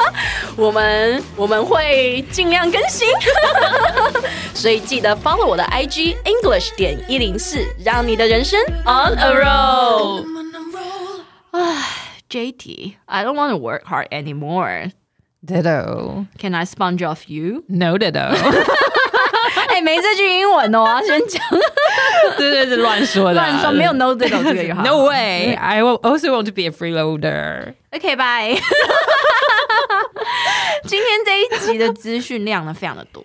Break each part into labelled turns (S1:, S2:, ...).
S1: 我们我们会尽量更新， 所以记得 follow 我的 IG English 点一零四，让你的人生 on a roll。JT, I don't want to work hard anymore.
S2: Ditto,
S1: Can I sponge off you?
S2: no ditto，
S1: 哎、没这句英文哦，我要先 讲
S2: 对对是乱说的啊，
S1: 乱说，没有 no 这种这 个就好。
S2: No way! I will also want to be a freeloader.
S1: OK, bye. 今天这一集的资讯量呢，非常的多。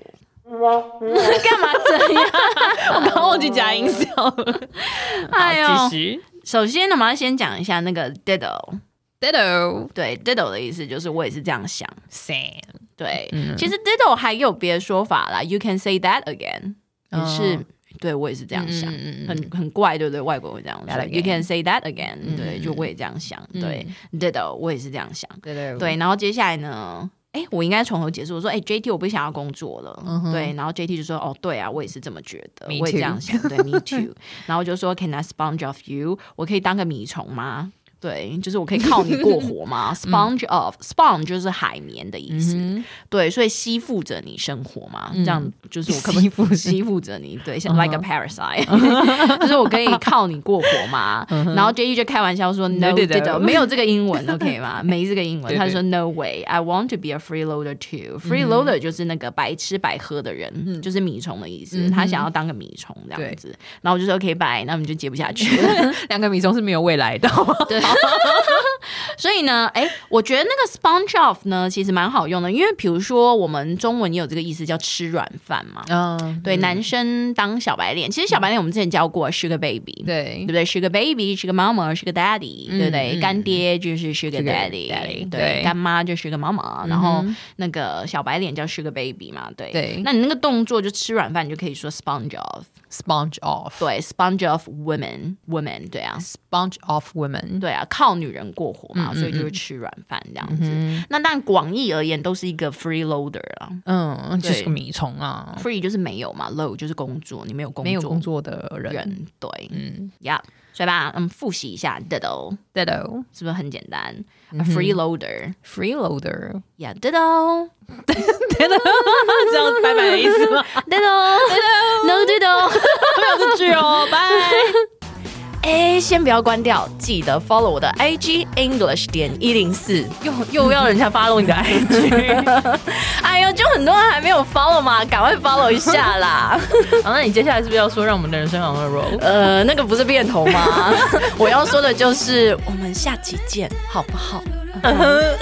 S1: 干嘛这样？
S2: 我刚忘记加音效了。
S1: 哎
S2: 嗯好
S1: 呦，
S2: 继续。
S1: 首先呢，我们要先讲一下那个 diddle。
S2: Ditto,
S1: 对，diddle 的意思就是我也是这样想。
S2: Sam.
S1: 对，
S2: 嗯
S1: 其实 diddle 还有别的说法啦，you can say that again，也是。对，我也是这样想，
S2: 哦嗯嗯嗯嗯
S1: 很很怪，对不对？外国会这样
S2: That
S1: 说
S2: again 嗯
S1: ，You can say that again、对，就我也这样想，对，diddle，我也是这样想。
S2: Ditto.
S1: 对，然后接下来呢？哎，我应该从头解释。我说，哎，JT，我不想要工作了。对，然后 JT 就说，哦，对啊，我也是这么觉得
S2: 嗯 Me
S1: 我也这
S2: too
S1: 样想。对，Me too。然后我就说，Can I sponge off you？我可以当个米虫吗？对，就是我可以靠你过活 吗嗯？Sponge off，sponge 就是海绵的意思。
S2: 嗯
S1: 对，所以吸附着你生活嘛，这样就是我可不可以
S2: 附着嗯
S1: 吸附着你？对，像 like a parasite，就是 我可以靠你过活嘛。然后 JT 就开玩笑说
S2: 嗯 No
S1: ，No
S2: ditto
S1: ditto，没有这个英 文，OK 吗？没这个英文，
S2: 对
S1: 他说 No way，I want to be a freeloader too。freeloader
S2: 嗯
S1: 就是那个白吃白喝的人，就是米虫的意思，他想要当个米虫这样
S2: 嗯对
S1: 子。然后我就说 OK，拜，那我们就接不下去 了。
S2: 两个米虫是没有未来的。
S1: 对， 所以呢，哎，我觉得那个 sponge off 呢，其实蛮好用的，因为比如说我们中文也有这个意思叫吃软饭嘛。
S2: 嗯，
S1: 对，男生当小白脸，其实小白脸我们之前教过 sugar baby，对
S2: 对
S1: 不对？sugar baby，sugar mama，sugar daddy，、对
S2: 嗯
S1: 不对？干爹就是 sugar
S2: Sugar
S1: daddy，,
S2: daddy，
S1: 对，
S2: 对嗯
S1: 干妈就是 sugar 妈妈，然后那个小白脸叫 sugar baby 嘛，对。
S2: 对
S1: 那你那个动作就吃软饭，你就可以说 sponge off，
S2: ，sponge off，
S1: 对，sponge off women，women，对啊，
S2: sponge off women，
S1: 对啊，靠女人过活嘛，
S2: 嗯
S1: 所以就是吃软饭这样子。那但广义而言，都是一个 freeloader 啊。
S2: 嗯，就是
S1: 对
S2: 个米虫啊，
S1: free 就是没有嘛，low 就是工作，你没有工作，
S2: 没有工作的人。
S1: 人，对，嗯，yeah，所以吧，嗯，复习一下 diddle
S2: Ditto,
S1: 是不是很简单、A freeloader。
S2: freeloader，
S1: Yeah, 哦 diddle,
S2: 这样拜拜的意思 吗？
S1: 啊 diddle, 哦 no 哦 diddle。
S2: 没有这句哦，拜。
S1: 哎，先不要关掉，记得 follow 我的 IG English 点一零四。
S2: 又又要人家 follow 你 的 IG，
S1: 哎呦，就很多人还没有 follow 嘛，赶快 follow 一下 啦。
S2: 好，那你接下来是不是要说让我们的人生 on a roll？
S1: 呃，那个不是变头吗？我要说的就是，我们下期见，好不好？
S3: I